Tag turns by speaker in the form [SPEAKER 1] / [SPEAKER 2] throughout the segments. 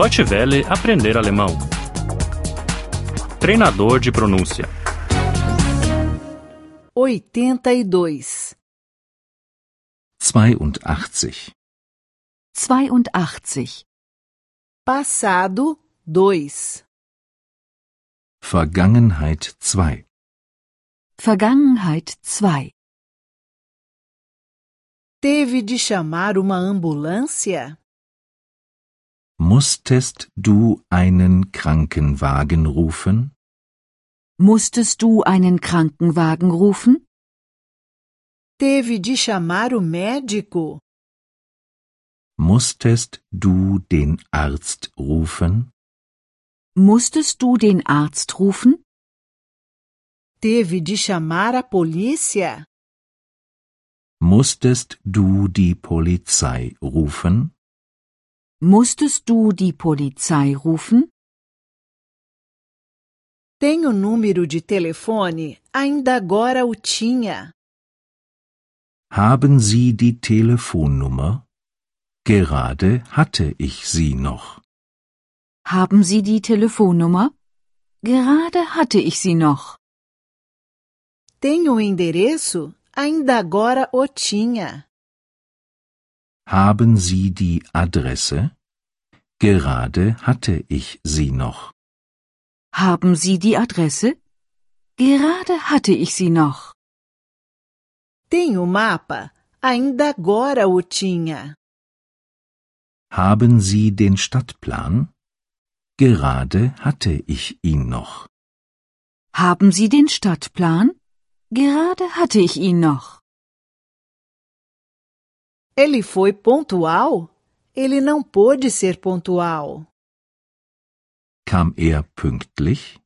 [SPEAKER 1] Deutsche Welle aprender alemão. Treinador de pronúncia.
[SPEAKER 2] e 82.
[SPEAKER 3] 82.
[SPEAKER 4] 82.
[SPEAKER 2] Passado 2.
[SPEAKER 3] Vergangenheit 2.
[SPEAKER 4] Vergangenheit 2.
[SPEAKER 2] Teve de chamar uma ambulância?
[SPEAKER 3] Musstest du einen Krankenwagen rufen?
[SPEAKER 4] Musstest du einen Krankenwagen rufen?
[SPEAKER 2] Teve de chamar o médico?
[SPEAKER 3] Musstest du den Arzt rufen?
[SPEAKER 4] Musstest du den Arzt rufen?
[SPEAKER 2] Teve de chamar a polícia?
[SPEAKER 3] Musstest du die Polizei rufen?
[SPEAKER 4] Musstest du die Polizei rufen?
[SPEAKER 2] Tem o número de telefone? Ainda agora o tinha.
[SPEAKER 3] Haben Sie die Telefonnummer? Gerade hatte ich sie noch.
[SPEAKER 4] Haben Sie die Telefonnummer? Gerade hatte ich sie noch.
[SPEAKER 2] Tem o endereço? Ainda agora o tinha.
[SPEAKER 3] Haben Sie die Adresse? Gerade hatte ich sie noch.
[SPEAKER 4] Haben Sie die Adresse? Gerade hatte ich sie noch.
[SPEAKER 2] Tem o mapa? Ainda agora o tinha.
[SPEAKER 3] Haben Sie den Stadtplan? Gerade hatte ich ihn noch.
[SPEAKER 4] Haben Sie den Stadtplan? Gerade hatte ich ihn noch.
[SPEAKER 2] Ele foi pontual? Ele não pôde ser pontual.
[SPEAKER 3] Kam er pünktlich?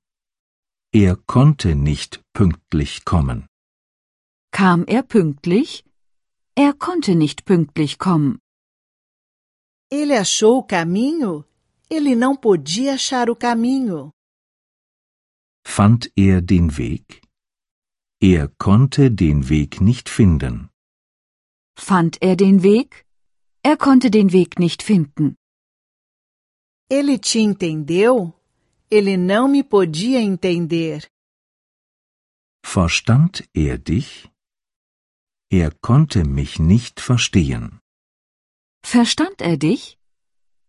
[SPEAKER 3] Er konnte nicht pünktlich kommen.
[SPEAKER 4] Kam er pünktlich? Er konnte nicht pünktlich kommen.
[SPEAKER 2] Ele achou o caminho? Ele não podia achar o caminho.
[SPEAKER 3] Fand er den Weg? Er konnte den Weg nicht finden.
[SPEAKER 4] Fand er den Weg? Er konnte den Weg nicht finden.
[SPEAKER 2] Ele te entendeu? Ele não me podia entender.
[SPEAKER 3] Verstand er dich? Er konnte mich nicht verstehen.
[SPEAKER 4] Verstand er dich?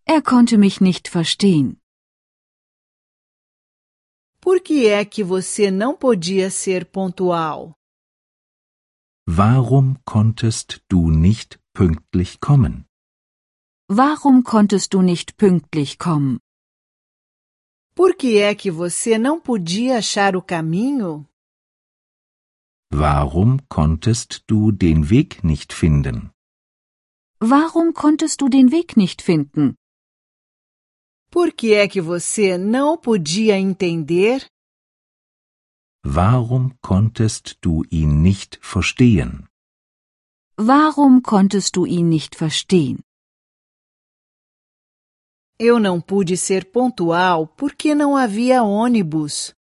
[SPEAKER 4] Er konnte mich nicht verstehen.
[SPEAKER 2] Por que é que você não podia ser pontual?
[SPEAKER 3] Warum konntest du nicht pünktlich kommen?
[SPEAKER 4] Warum konntest du nicht pünktlich kommen?
[SPEAKER 2] Por que é que você não podia achar o caminho?
[SPEAKER 3] Warum konntest du den Weg nicht finden?
[SPEAKER 4] Warum konntest du den Weg nicht finden?
[SPEAKER 2] Por que é que você não podia entender?
[SPEAKER 3] Warum konntest du ihn nicht verstehen?
[SPEAKER 4] Warum konntest du ihn nicht verstehen?
[SPEAKER 2] Eu não pude ser pontual porque não havia ônibus.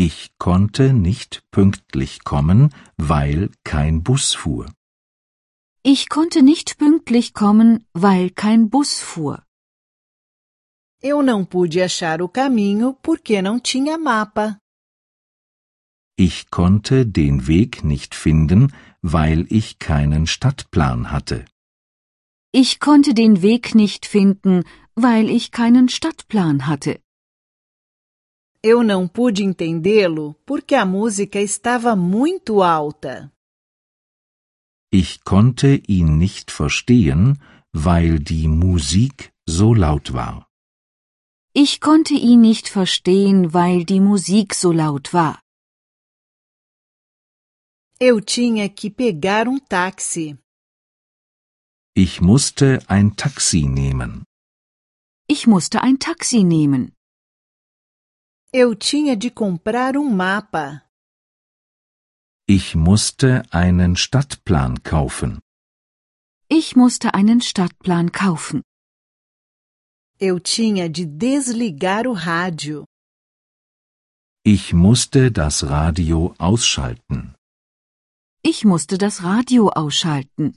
[SPEAKER 3] Ich konnte nicht pünktlich kommen, weil kein Bus fuhr.
[SPEAKER 4] Ich konnte nicht pünktlich kommen, weil kein Bus fuhr.
[SPEAKER 2] Eu não pude achar o caminho porque não tinha mapa.
[SPEAKER 3] Ich konnte den Weg nicht finden, weil ich keinen Stadtplan hatte.
[SPEAKER 4] Ich konnte den Weg nicht finden, weil ich keinen Stadtplan hatte.
[SPEAKER 2] Eu não pude entendê-lo porque a música estava muito alta.
[SPEAKER 3] Ich konnte ihn nicht verstehen, weil die Musik so laut war.
[SPEAKER 4] Ich konnte ihn nicht verstehen, weil die Musik so laut war.
[SPEAKER 2] Eu tinha que pegar um táxi.
[SPEAKER 3] Ich musste ein Taxi nehmen.
[SPEAKER 4] Ich musste ein Taxi nehmen.
[SPEAKER 2] Eu tinha de comprar um mapa.
[SPEAKER 3] Ich musste einen Stadtplan kaufen.
[SPEAKER 4] Ich musste einen Stadtplan kaufen.
[SPEAKER 2] Eu tinha de desligar o rádio.
[SPEAKER 3] Ich musste das Radio ausschalten.
[SPEAKER 4] Ich musste das Radio ausschalten.